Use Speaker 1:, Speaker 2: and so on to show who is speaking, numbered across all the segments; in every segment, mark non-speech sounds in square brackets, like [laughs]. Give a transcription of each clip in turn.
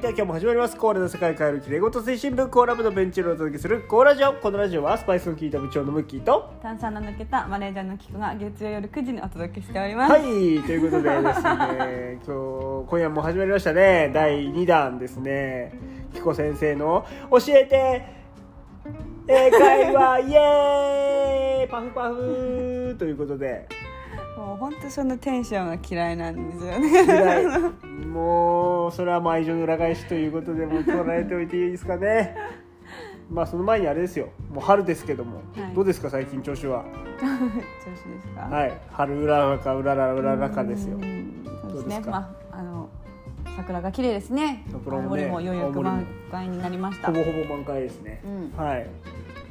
Speaker 1: では今日も始まりますコーラの世界を変えるきれいごと推進部コーラ部のベンチをお届けするコーラジオこのラジオはスパイスの効いた部長のムッキーと
Speaker 2: 炭酸の抜けたマネージャーの菊が月曜夜9時にお届けしております。
Speaker 1: はいということでですね今日今夜も始まりましたね第2弾ですね紀子先生の「教えて英会話イエーイパフパフ」ということで
Speaker 2: もう本当そのテンションが嫌いなんですよね。
Speaker 1: 嫌
Speaker 2: [laughs]
Speaker 1: いもうそれはまあ愛情の裏返しということでもう捉えておいていいですか
Speaker 2: [laughs]
Speaker 1: ねまあその前にあれですよもう春ですけども、
Speaker 2: はい
Speaker 1: どうですか最近調子は
Speaker 2: 調子ですか。
Speaker 1: はい春うららかうららうららかですよ
Speaker 2: うんそうで
Speaker 1: どうで
Speaker 2: すね。
Speaker 1: すか
Speaker 2: まああの桜が綺麗ですね。
Speaker 1: 桜
Speaker 2: 青
Speaker 1: もね
Speaker 2: 森もようや
Speaker 1: 青
Speaker 2: く
Speaker 1: 森も
Speaker 2: 満開になりました。
Speaker 1: ほ
Speaker 2: う
Speaker 1: ぼほぼ満開ですね、
Speaker 2: ん。
Speaker 1: はい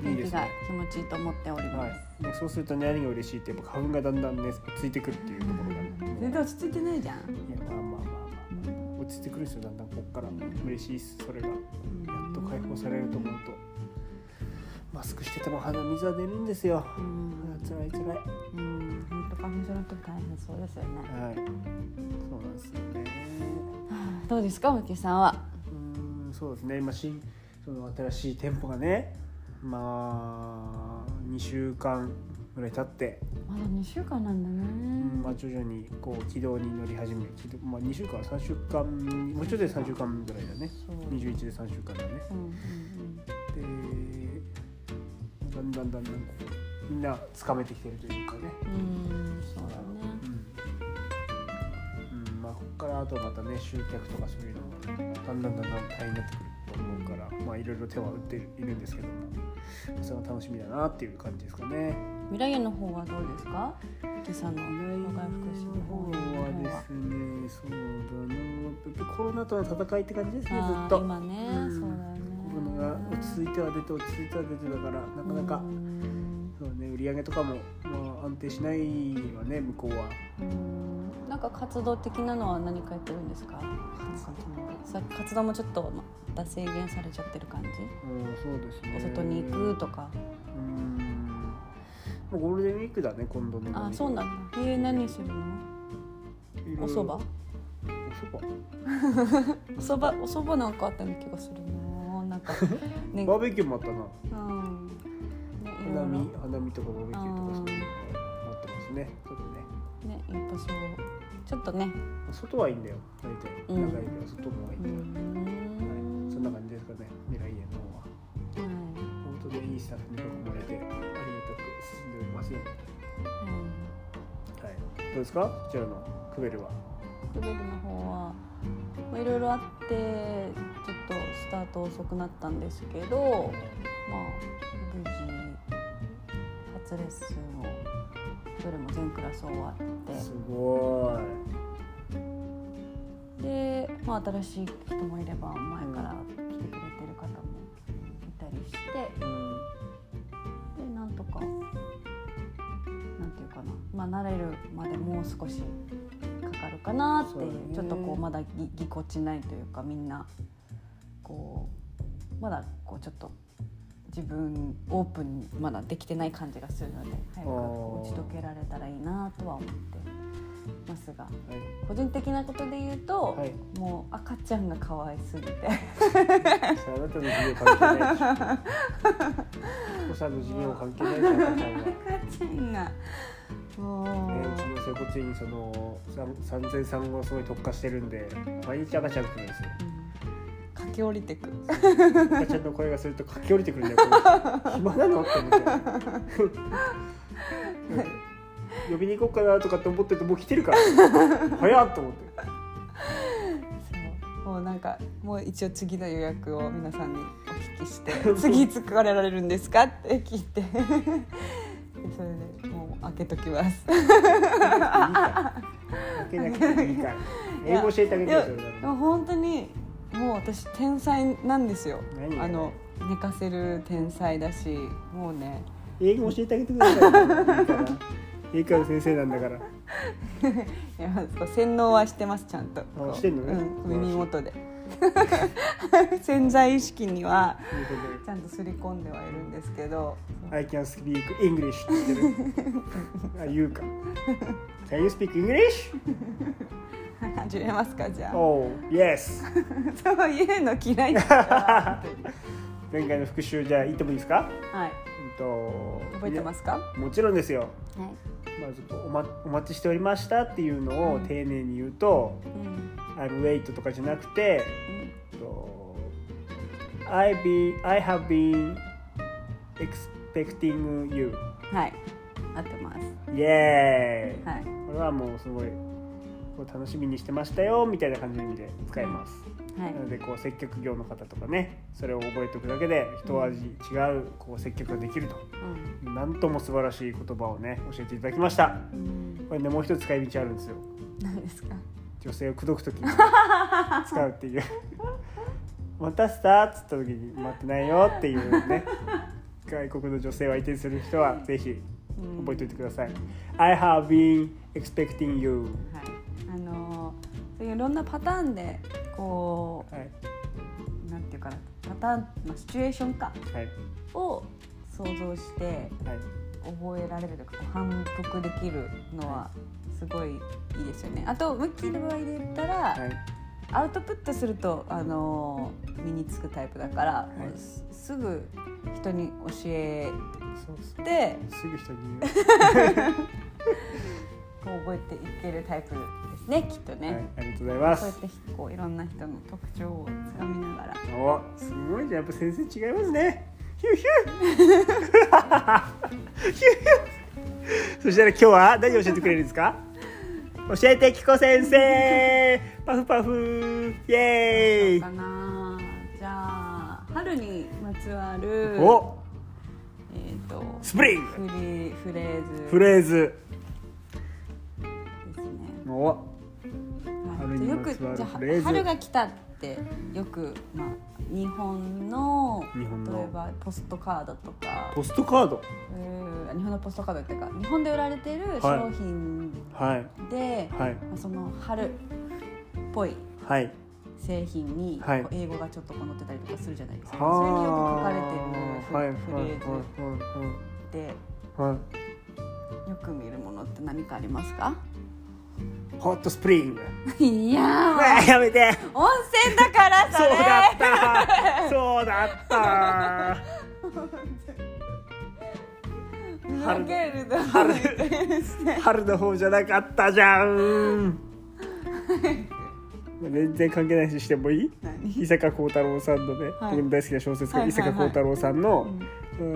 Speaker 1: いい
Speaker 2: 天
Speaker 1: で
Speaker 2: 気
Speaker 1: す
Speaker 2: が
Speaker 1: ね
Speaker 2: 気持ちいいと思っており
Speaker 1: は
Speaker 2: ます。
Speaker 1: い、もうそうすると何が嬉しいってやっぱ花粉がだんだんねついてくるっていうところがね
Speaker 2: 全然落ち着いてないじゃん。
Speaker 1: いやまあまあまあまあ落ち着いてくるんですよだんだんこっから嬉しいですそれがやっと解放されると思うとマスクしてても鼻水は出るんですよ
Speaker 2: う
Speaker 1: あ
Speaker 2: ん。
Speaker 1: ー辛い辛いはい
Speaker 2: うん。本当花粉症の時大変そうですよね。
Speaker 1: そうなんですよね
Speaker 2: どうですか、むきさんは。
Speaker 1: うーんそうですね今新その新しい店舗がねまあ2週間ぐらい経って、
Speaker 2: まだ二週間なんだ
Speaker 1: うんまあ、
Speaker 2: ね。
Speaker 1: 徐々にこう軌道に乗り始め軌道、まあ、2週間3週間もうちょいで3週間ぐらいだね
Speaker 2: そう。
Speaker 1: 21で3週間だね
Speaker 2: うんうんうん。
Speaker 1: でだんだんだんだんこうみんなつかめてきてるというかね、
Speaker 2: うんそうだね。
Speaker 1: うんうんまあ、ここからあとまたね集客とかそういうのもだんだんだんだん大変になってくると思うから、まあ、いろいろ手は打っているんですけどもそれは楽しみだなっていう感じですかね。
Speaker 2: 未来園の方はどうですか。今朝の障害福祉の方
Speaker 1: はですねそうだなやっぱりコロナとの戦いって感じですねず
Speaker 2: あ
Speaker 1: っ
Speaker 2: あ
Speaker 1: と。
Speaker 2: 今ね、
Speaker 1: うん
Speaker 2: そうだよね。
Speaker 1: コロナが落ち着いては出て落ち着いては出てだからなかなか、
Speaker 2: うん
Speaker 1: そうね、売り上げとかも、まあ、安定しないわね向こうは。
Speaker 2: うんなんか活動的なのは何かやってるんですか。さ活動もちょっとまた制限されちゃってる感じ。
Speaker 1: うん、そうですね。
Speaker 2: お外に行くとか。
Speaker 1: うん。もうゴールデンウィークだね、今度の。
Speaker 2: あ、そうなんだ。えー、何するの？
Speaker 1: いろ
Speaker 2: お
Speaker 1: いろ
Speaker 2: 蕎麦？
Speaker 1: お蕎
Speaker 2: お蕎麦お蕎麦なんかあったような気がするな。な
Speaker 1: [laughs]
Speaker 2: んかね
Speaker 1: 麦。バーベキューもあったな。
Speaker 2: うん。ねい
Speaker 1: 花
Speaker 2: ろいろ
Speaker 1: 見、花見とかバーベキューとか、そういうのもあってますね。ちょっとね。
Speaker 2: ねやっぱそうちょっとね。
Speaker 1: 外はいいんだよ。大体。
Speaker 2: うん
Speaker 1: 長い間は外もいいん
Speaker 2: う
Speaker 1: だよ。はい。そんな
Speaker 2: は
Speaker 1: 感じですかね。未来園の方は。
Speaker 2: いはい
Speaker 1: 本当にいいスタッフに囲まれて、ありがたく進んでおりますよ。はい。どうですか、こちらのクベルは。
Speaker 2: クベルの方はまあいろいろあってちょっとスタート遅くなったんですけどまあ無事初レッスンをどれも全クラス終わって。
Speaker 1: すごい。
Speaker 2: で、まあ、新しい人もいれば前から来てくれてる方もいたりして
Speaker 1: うん。
Speaker 2: でなんとかなんていうかな、まあ、慣れるまでもう少しかかるかなっていう
Speaker 1: そうだね
Speaker 2: ちょっとこうまだぎぎこちないというかみんなこうまだこうちょっと自分オープンにまだできてない感じがするので早くこう打ち解けられたらいいなとは思ってますが
Speaker 1: はい。
Speaker 2: 個人的なことで言うと、
Speaker 1: はい
Speaker 2: もう赤ちゃんが可愛すぎて
Speaker 1: あなたの授業関係ないでしょ。お子さんの授業関係ないじゃん、赤ちゃんは。ね
Speaker 2: [laughs] 赤ちゃんがもう、
Speaker 1: うちの整骨院にその産産前産後すごい特化してるんで毎日赤ちゃん来るんですよ
Speaker 2: うん駆け下りてく
Speaker 1: 赤ちゃんの声がすると駆け下りてくるんだよこの人暇なのって思っちゃう呼びに行こうかなとかって思ってるともう来てるから早っと思って
Speaker 2: そうもうなんかもう一応次の予約を皆さんにお聞き
Speaker 1: [laughs]
Speaker 2: して「次作られるんですか?」って聞いて [laughs] でそれでもう開けときます
Speaker 1: 開けなくていいから英語教えてあげて
Speaker 2: い
Speaker 1: よ
Speaker 2: や
Speaker 1: それ
Speaker 2: で
Speaker 1: なら
Speaker 2: も本当にもう私天才なんですよ
Speaker 1: 何
Speaker 2: あの寝かせる天才だしもうね
Speaker 1: 英語教えてあげてくださいいいから英会話の先生なんだから
Speaker 2: いやそう洗脳はしてますちゃんとこう
Speaker 1: してんのね
Speaker 2: うん、耳元で [laughs] 潜在意識には
Speaker 1: ということで
Speaker 2: ちゃんとすり込んではいるんですけど
Speaker 1: I can speak English って言ってる。あ、言うか。Can you speak English?
Speaker 2: [laughs] 始めますかじゃあ
Speaker 1: Oh, yes!
Speaker 2: そういうの嫌いだから
Speaker 1: [laughs]
Speaker 2: 本当に
Speaker 1: 前回の復習じゃあ言ってもいいですか、
Speaker 2: はい
Speaker 1: うんと、
Speaker 2: 覚えてますか、
Speaker 1: すもちろんですよ
Speaker 2: はい
Speaker 1: まずお,、ま、お待ちしておりましたっていうのを丁寧に言うと
Speaker 2: うん
Speaker 1: 「I'm wait」とかじゃなくて「えっと I, be, I have been expecting you
Speaker 2: うん、はい合ってます」
Speaker 1: イエーイ、
Speaker 2: はい
Speaker 1: これはもうすごいこう楽しみにしてましたよみたいな感じの意味で使います、
Speaker 2: はい
Speaker 1: なのでこう接客業の方とかねそれを覚えておくだけで一味違うこう接客ができるとなんとも素晴らしい言葉をね教えていただきました
Speaker 2: うん
Speaker 1: これねもう一つ使い道あるんですよ
Speaker 2: 何ですか
Speaker 1: 女性を口説く時に [laughs] 使うっていう [laughs] 「待たせた」っつった時に「待ってないよ」っていうね外国の女性を相手にする人はぜひ覚えておいてください「I have been expecting you
Speaker 2: はいあのーそういういろんなパターンでこ」
Speaker 1: はいう
Speaker 2: なんていうかなパターン、まあ、シチュエーションか
Speaker 1: はい
Speaker 2: を想像して
Speaker 1: はい
Speaker 2: 覚えられるとかこう反復できるのはすごいいいですよね。あと向きの場合で言ったら、
Speaker 1: はい
Speaker 2: アウトプットすると、あのー身につくタイプだから、
Speaker 1: い
Speaker 2: もうすすぐ人に教え
Speaker 1: そうそ
Speaker 2: て
Speaker 1: うすぐ人に
Speaker 2: [laughs] こう覚えていけるタイプですねきっと
Speaker 1: 言う、は
Speaker 2: ね。
Speaker 1: い、ありがとうございま
Speaker 2: こうやっ
Speaker 1: す
Speaker 2: てこういろんな人の特徴をつかみながら。
Speaker 1: おすごいじゃあやっぱ先生違いますねヒューヒ
Speaker 2: [laughs]
Speaker 1: ューヒューヒューそしたら今日は何を教えてくれるんですか教えてきこ先生パフパフイエ
Speaker 2: か
Speaker 1: ーイ
Speaker 2: なじゃあ春にまつわる
Speaker 1: お
Speaker 2: えー、と
Speaker 1: スプリング
Speaker 2: フリーフレーズ
Speaker 1: フ
Speaker 2: で
Speaker 1: レーズ
Speaker 2: すね。
Speaker 1: お
Speaker 2: は
Speaker 1: 春
Speaker 2: い
Speaker 1: に
Speaker 2: じゃあよ
Speaker 1: ま
Speaker 2: く
Speaker 1: つわる
Speaker 2: じゃあ
Speaker 1: フレーズ
Speaker 2: 春が来たってよく、まあ、日本の
Speaker 1: 日本の
Speaker 2: 例えばポストカードとか
Speaker 1: ポストカード
Speaker 2: うーん日本のポストカードっていうか日本で売られてる商品
Speaker 1: はい
Speaker 2: で、
Speaker 1: はい
Speaker 2: まあ、その春っぽい
Speaker 1: はい
Speaker 2: 製品にこ
Speaker 1: はいう
Speaker 2: 英語がちょっとこう載ってたりとかするじゃないですか、
Speaker 1: は
Speaker 2: それによく書か
Speaker 1: あは
Speaker 2: れ
Speaker 1: いはい
Speaker 2: てるフフレーズ
Speaker 1: は
Speaker 2: で
Speaker 1: いはいはい
Speaker 2: よく見るものって何かありますか [laughs]
Speaker 1: ホットスプリング
Speaker 2: いや
Speaker 1: う
Speaker 2: ー
Speaker 1: わ [laughs] やめて
Speaker 2: 温泉だからそ
Speaker 1: そう
Speaker 2: れ
Speaker 1: だったそうだった
Speaker 2: ウケるだ
Speaker 1: 春春の方じゃなかったじゃ
Speaker 2: [laughs]
Speaker 1: ん全然関係ない話してもいい
Speaker 2: 何
Speaker 1: 伊坂幸太郎さんのね、
Speaker 2: はい
Speaker 1: 僕の大好きな小説家、
Speaker 2: はい
Speaker 1: 伊
Speaker 2: はいはい
Speaker 1: 坂幸太郎さんの、うー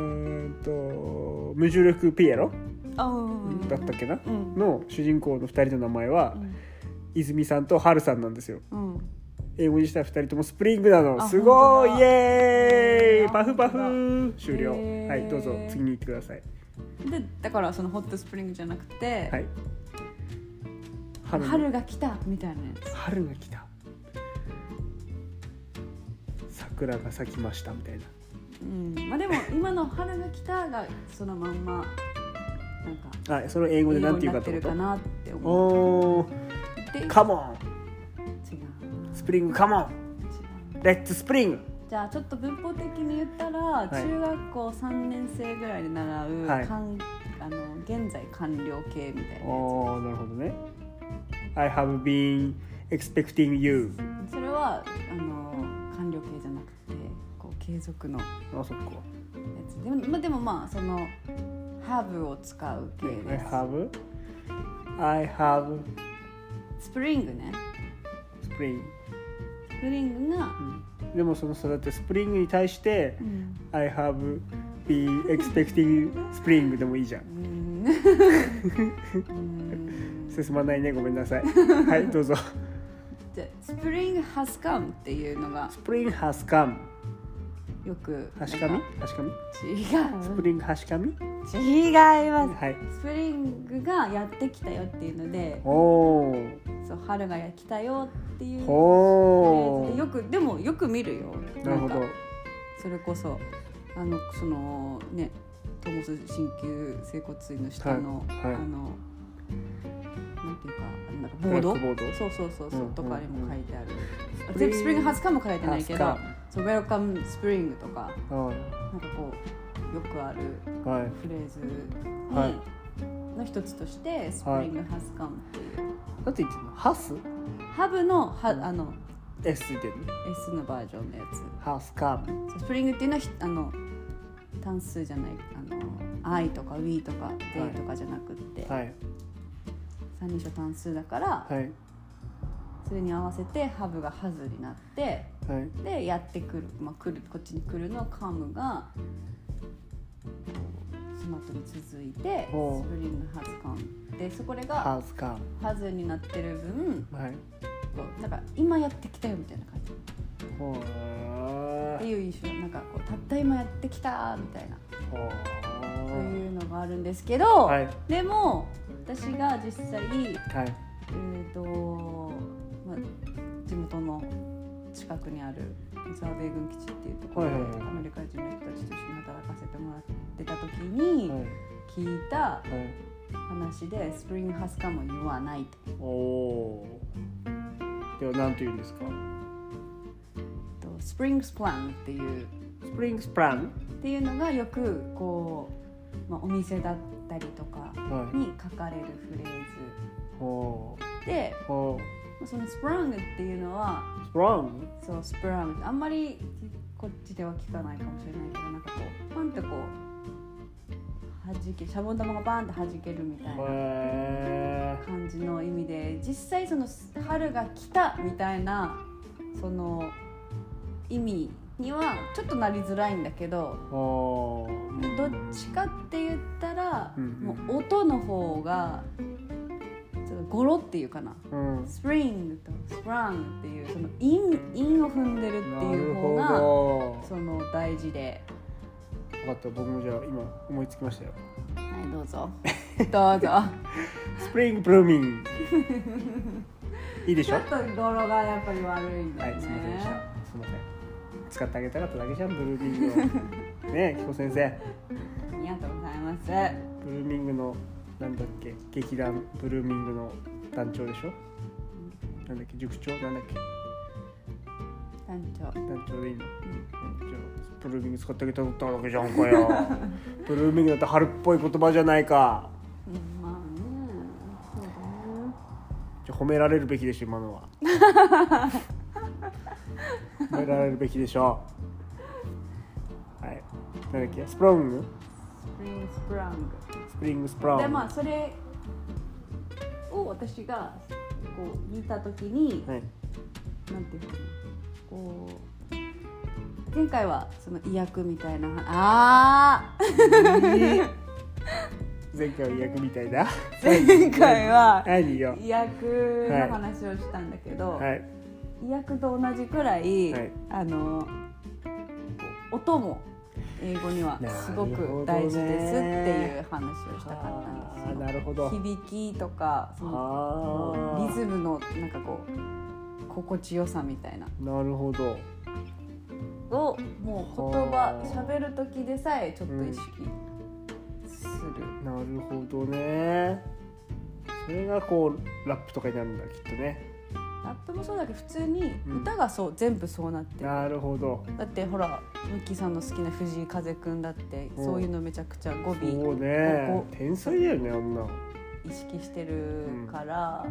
Speaker 1: んと無重力ピエロ
Speaker 2: あうん
Speaker 1: だったっけな、
Speaker 2: うん
Speaker 1: の主人公の2人の名前は、
Speaker 2: ん
Speaker 1: 泉さんと春さんなんですよ
Speaker 2: うん
Speaker 1: 英語にしたら2人ともスプリングなの
Speaker 2: あ
Speaker 1: すご
Speaker 2: 本当
Speaker 1: いイ
Speaker 2: だ
Speaker 1: エーイ
Speaker 2: あ
Speaker 1: パフパ
Speaker 2: 本
Speaker 1: フ終了
Speaker 2: へー
Speaker 1: はいどうぞ次に行ってください
Speaker 2: でだからそのホットスプリングじゃなくて、
Speaker 1: はい
Speaker 2: 春
Speaker 1: 春
Speaker 2: が来たみたいなやつ
Speaker 1: 春が来た桜が咲きましたみたいな
Speaker 2: うんまあでも今の春が来たがそのまんまなんか
Speaker 1: あその英語で
Speaker 2: 英語
Speaker 1: 何て言
Speaker 2: に
Speaker 1: うか
Speaker 2: なっ
Speaker 1: って
Speaker 2: て
Speaker 1: こ
Speaker 2: る
Speaker 1: と
Speaker 2: かなって思っ
Speaker 1: おー
Speaker 2: て違う
Speaker 1: カモン
Speaker 2: 違
Speaker 1: スプリングカモン
Speaker 2: う
Speaker 1: レッツスプリング
Speaker 2: じゃあちょっと文法的に言ったら、
Speaker 1: い
Speaker 2: 中学校三年生ぐらいで習う、
Speaker 1: はい
Speaker 2: かんあの現在完了形みたいなや
Speaker 1: おーなるほどね I have been expecting you
Speaker 2: つそれはあの完了形じゃなくてこう継続の
Speaker 1: あそっか
Speaker 2: やつでも,、まあ、でもまあその「have」を使う系
Speaker 1: I
Speaker 2: で
Speaker 1: have I have
Speaker 2: すスプリングね
Speaker 1: スプリング
Speaker 2: スプリングが、
Speaker 1: でもその育てスプリングに対して
Speaker 2: うん
Speaker 1: I have been expecting spring でもいいじゃん
Speaker 2: うん
Speaker 1: 進まないねごめんな
Speaker 2: [laughs]
Speaker 1: さいはいどうぞ
Speaker 2: で「スプリング has come」っていうのが
Speaker 1: Spring has come
Speaker 2: よく
Speaker 1: はしかみ
Speaker 2: なんか
Speaker 1: はしかみ
Speaker 2: 違
Speaker 1: Spring はしかみ
Speaker 2: う違います
Speaker 1: はい
Speaker 2: スプリングがやってきたよっていうので
Speaker 1: おお
Speaker 2: そう春が来たよっていうフレー
Speaker 1: ほ
Speaker 2: ズで
Speaker 1: ー
Speaker 2: よくでもよく見るよ
Speaker 1: なるほ
Speaker 2: ん
Speaker 1: ど
Speaker 2: かそれこそあのそのねトモス鍼灸整骨院の下の、
Speaker 1: はいはい
Speaker 2: あのなんていうかなんか
Speaker 1: ブ
Speaker 2: ボ
Speaker 1: ラ
Speaker 2: ー
Speaker 1: ッ
Speaker 2: ド
Speaker 1: クボード
Speaker 2: そうそうそうそう、
Speaker 1: うんうんうん
Speaker 2: とかにも書いてある
Speaker 1: プリング
Speaker 2: 全部スプリング20日も書いてないけど
Speaker 1: 20
Speaker 2: そう「Welcome Spring」とか
Speaker 1: は
Speaker 2: なんかこうよくある
Speaker 1: いはい
Speaker 2: フレーズに、
Speaker 1: はい
Speaker 2: の一つとして「スプリング has come」っていう、
Speaker 1: なんて言ってんのハス
Speaker 2: ハブのはあの
Speaker 1: ?S ついてるの
Speaker 2: S のバージョンのやつ
Speaker 1: ハスカム
Speaker 2: そうスプリングっていうのはひあの単数じゃないあの I とか We とか They とかじゃなくって、
Speaker 1: はい
Speaker 2: 三人称単数だから、
Speaker 1: はい
Speaker 2: それに合わせてハブがハズになって
Speaker 1: はい
Speaker 2: でやってくる,、まあ、来るこっちに来るのカムがその後に続いてス
Speaker 1: ほう
Speaker 2: プリングハズカムでそこれが
Speaker 1: ハスカ
Speaker 2: ハズになってる分
Speaker 1: ムはい
Speaker 2: こうなんか今やってきたよみたいな感じ
Speaker 1: ほ
Speaker 2: って
Speaker 1: ー
Speaker 2: いう印象なんかこうたった今やってきたみたいな
Speaker 1: ほ
Speaker 2: そ
Speaker 1: ー
Speaker 2: ういうのがあるんですけど、
Speaker 1: はい
Speaker 2: でも私が実際え
Speaker 1: はい
Speaker 2: ーと、まあ、地元の近くにあるザーベイ軍基地っていうところで、
Speaker 1: はいはいはい
Speaker 2: アメリカ人の人たちと一緒に働かせてもらってた時に
Speaker 1: はい
Speaker 2: 聞いた
Speaker 1: はい
Speaker 2: 話で「スプリングハスカム言わない」と
Speaker 1: おおーでは何と言うんですか
Speaker 2: と「スプリングスプラン」っていう
Speaker 1: スプリングスプラン
Speaker 2: っていうのがよくこう、まあ、お店だったりとか
Speaker 1: は
Speaker 2: に書かれるフレー
Speaker 1: いほ
Speaker 2: ズで
Speaker 1: ーほ
Speaker 2: まあその「スプラング」っていうのは
Speaker 1: ースプラン
Speaker 2: そうスプラウンあんまりこっちでは聞かないかもしれないけどなんかこうパンってこう弾けシャボン玉がバーンって弾けるみたいな
Speaker 1: へ
Speaker 2: 感じの意味で実際その春が来たみたいなその意味にはちょっとなりづらいんだけど
Speaker 1: ーほー
Speaker 2: どっちかって言ったら、
Speaker 1: うんうん
Speaker 2: もう音の方がちょっとゴロっていうかな
Speaker 1: うん
Speaker 2: スプリングとスプラングっていうその韻韻を踏んでるって
Speaker 1: な
Speaker 2: いう
Speaker 1: る
Speaker 2: 方
Speaker 1: ほ
Speaker 2: が。
Speaker 1: ど
Speaker 2: その大事で。
Speaker 1: 分かった僕もじゃあ今思いつきましたよ
Speaker 2: はい、どうぞ。 [laughs] どうぞ。
Speaker 1: スプリングブルーミ [laughs] ングいいでし
Speaker 2: ち
Speaker 1: ょ
Speaker 2: ょ
Speaker 1: は
Speaker 2: っと語呂がやっぱり悪いんだよ
Speaker 1: い
Speaker 2: ね。
Speaker 1: すいませんでしたすいません使ってあげたかっただけじゃんブルーミングをねえ紀子先生
Speaker 2: ありがとうございます。は
Speaker 1: ブルーミングのなんだっけ劇団ブルーミングの団長でしょなんだっけ塾長なんだっけ
Speaker 2: 団長。
Speaker 1: 団長でいいの団長ブルーミング使ってあげたかっただけじゃんかよブルーミングだって春っぽい言葉じゃないか
Speaker 2: うん、まあね。そうだ
Speaker 1: じゃあ褒められるべきでしょ今のは褒められるべきでしょはいなんだっけスプロング
Speaker 2: ね。スプリングスプラン
Speaker 1: スプリングスプロン
Speaker 2: グ。
Speaker 1: グ
Speaker 2: で、まあ、それ。を私が。こう、見たときに。 [laughs]
Speaker 1: はい
Speaker 2: なんていうかな。こう。前回は、その意訳みたいな。ああ。
Speaker 1: 前回は医薬みたいな
Speaker 2: 前回は。
Speaker 1: 何よ
Speaker 2: 医薬の話をしたんだけど、
Speaker 1: はい
Speaker 2: 医薬と同じくらい、
Speaker 1: はい
Speaker 2: あのこう音も英語にはすごく大事ですっていう話をしたかったんです
Speaker 1: あ
Speaker 2: よ
Speaker 1: ー。なるほど
Speaker 2: 響きとかその
Speaker 1: あ
Speaker 2: こう
Speaker 1: ー
Speaker 2: リズムのなんかこう心地よさみたいな
Speaker 1: なるほど
Speaker 2: をもう言葉
Speaker 1: はー
Speaker 2: 喋る時でさえちょっと意識する。
Speaker 1: なるほどねそれがこうラップとかになるんだきっとね
Speaker 2: ラップもそうだけど普通に歌がそう、全部そうなってる
Speaker 1: なるほど
Speaker 2: だってほらムッキーさんの好きな藤井風くんだって
Speaker 1: うん
Speaker 2: そういうのめちゃくちゃ語
Speaker 1: そ
Speaker 2: 尾
Speaker 1: うね
Speaker 2: ここ
Speaker 1: 天才だよねあんな
Speaker 2: 意識してるから、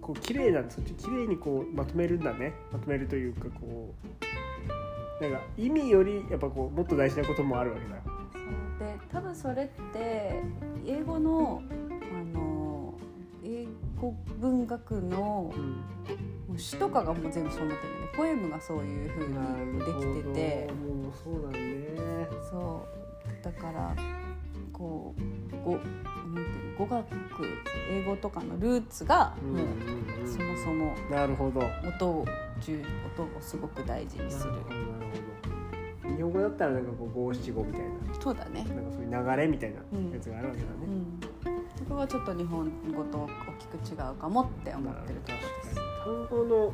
Speaker 1: こう綺麗なんそっち綺麗にこうまとめるんだねまとめるというかこうなんか意味よりやっぱこうもっと大事なこともあるわけだよ
Speaker 2: そうで多分それって英語のあの英語文学のもう詩とかがもう全部そうなってるよねポエムがそういう風
Speaker 1: なる
Speaker 2: にで
Speaker 1: ほど
Speaker 2: きてて
Speaker 1: もうそうだね
Speaker 2: そうだからこう語なんていうの語学英語とかのルーツが
Speaker 1: うん
Speaker 2: も
Speaker 1: う
Speaker 2: う
Speaker 1: んうん
Speaker 2: そもそも
Speaker 1: なるほど
Speaker 2: 音を重音をすごく大事にする
Speaker 1: なるほどなるほど日本語だったらなんかこう五七五みたいな
Speaker 2: そうだね
Speaker 1: なんかそういう流れみたいなやつがあるわけだ
Speaker 2: う
Speaker 1: ね、
Speaker 2: んそこはちょっと日本語と大きく違うかもって思
Speaker 1: な
Speaker 2: ってるところです
Speaker 1: 確かに単語の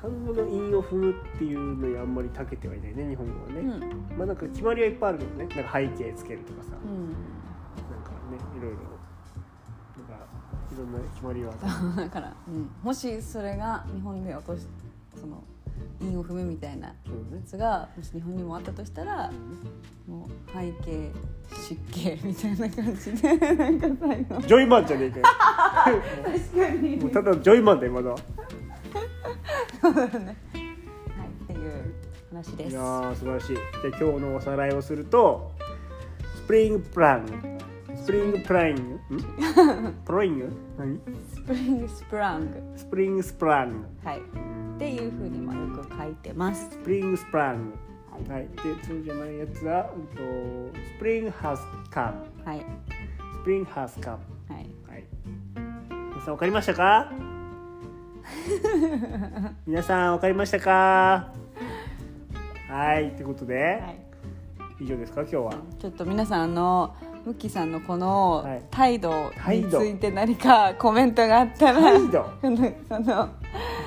Speaker 1: 単語の韻を踏むっていうのにあんまり長けてはいないね日本語はね、
Speaker 2: うん
Speaker 1: まあなんか決まりはいっぱいあるけどねなんか背景つけるとかさ、なんかねいろいろなんかいろんな決まりはあ
Speaker 2: うんだから、うん、もしそれが日本で落としその韻を踏むみたいなや
Speaker 1: るけど [laughs] ね、
Speaker 2: つがもし日本にもあったとしたらもう背景湿気みたいな感じで [laughs] なんか最後
Speaker 1: ジョイマンじゃねえかよ [laughs]
Speaker 2: 確かに
Speaker 1: もうただのジョイマンだよまだ
Speaker 2: そうだねはいっていう話で
Speaker 1: い
Speaker 2: す
Speaker 1: やー素晴らしいじゃあ今日のおさらいをするとスプリングプランスプリングプラインんプロイング何
Speaker 2: スプリングスプラング
Speaker 1: スプリングスプラング
Speaker 2: はいっていうふうにまあよく書いてます
Speaker 1: スプリングスプラング
Speaker 2: はい
Speaker 1: はい、でそうじゃないやつは、うんと、スプリングハスカム
Speaker 2: はい
Speaker 1: スプリングハスカム
Speaker 2: はい
Speaker 1: はい皆さんわかりましたか
Speaker 2: [laughs]
Speaker 1: 皆さんわかりましたかはいということで、
Speaker 2: はい
Speaker 1: 以上ですか今日は
Speaker 2: ちょっと皆さんあのムッキーさんのこの
Speaker 1: はい
Speaker 2: 態度
Speaker 1: 態
Speaker 2: につ
Speaker 1: 度
Speaker 2: いて何かコメントがあったら、
Speaker 1: 態度
Speaker 2: [laughs] その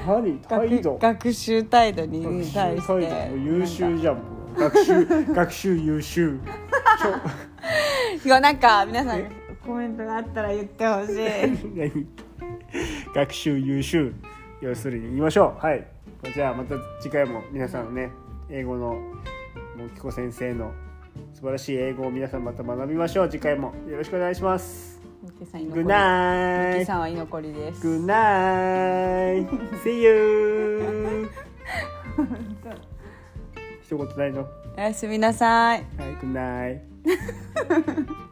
Speaker 1: 何態度
Speaker 2: 学学習態度に
Speaker 1: 学習
Speaker 2: 対
Speaker 1: 態
Speaker 2: して
Speaker 1: 度もう優秀
Speaker 2: なん
Speaker 1: じ
Speaker 2: か
Speaker 1: ゃんもう学習学習優秀
Speaker 2: いやなんか皆さんコメントがあったら言って [laughs] ほしい
Speaker 1: 何学習優秀要するに言いましょうはいじゃあまた次回も皆さんね英語のもうきこ先生の素晴らしい英語を皆さんまた学びましょう次回もよろしくお願いします
Speaker 2: ムッキーさん居残
Speaker 1: グ
Speaker 2: り
Speaker 1: ッ
Speaker 2: ムッ
Speaker 1: ナ
Speaker 2: キー
Speaker 1: イ
Speaker 2: さんは居残りです
Speaker 1: グッナイ See you [laughs] 一言ないのは
Speaker 2: おやすみなさい
Speaker 1: いグッナイ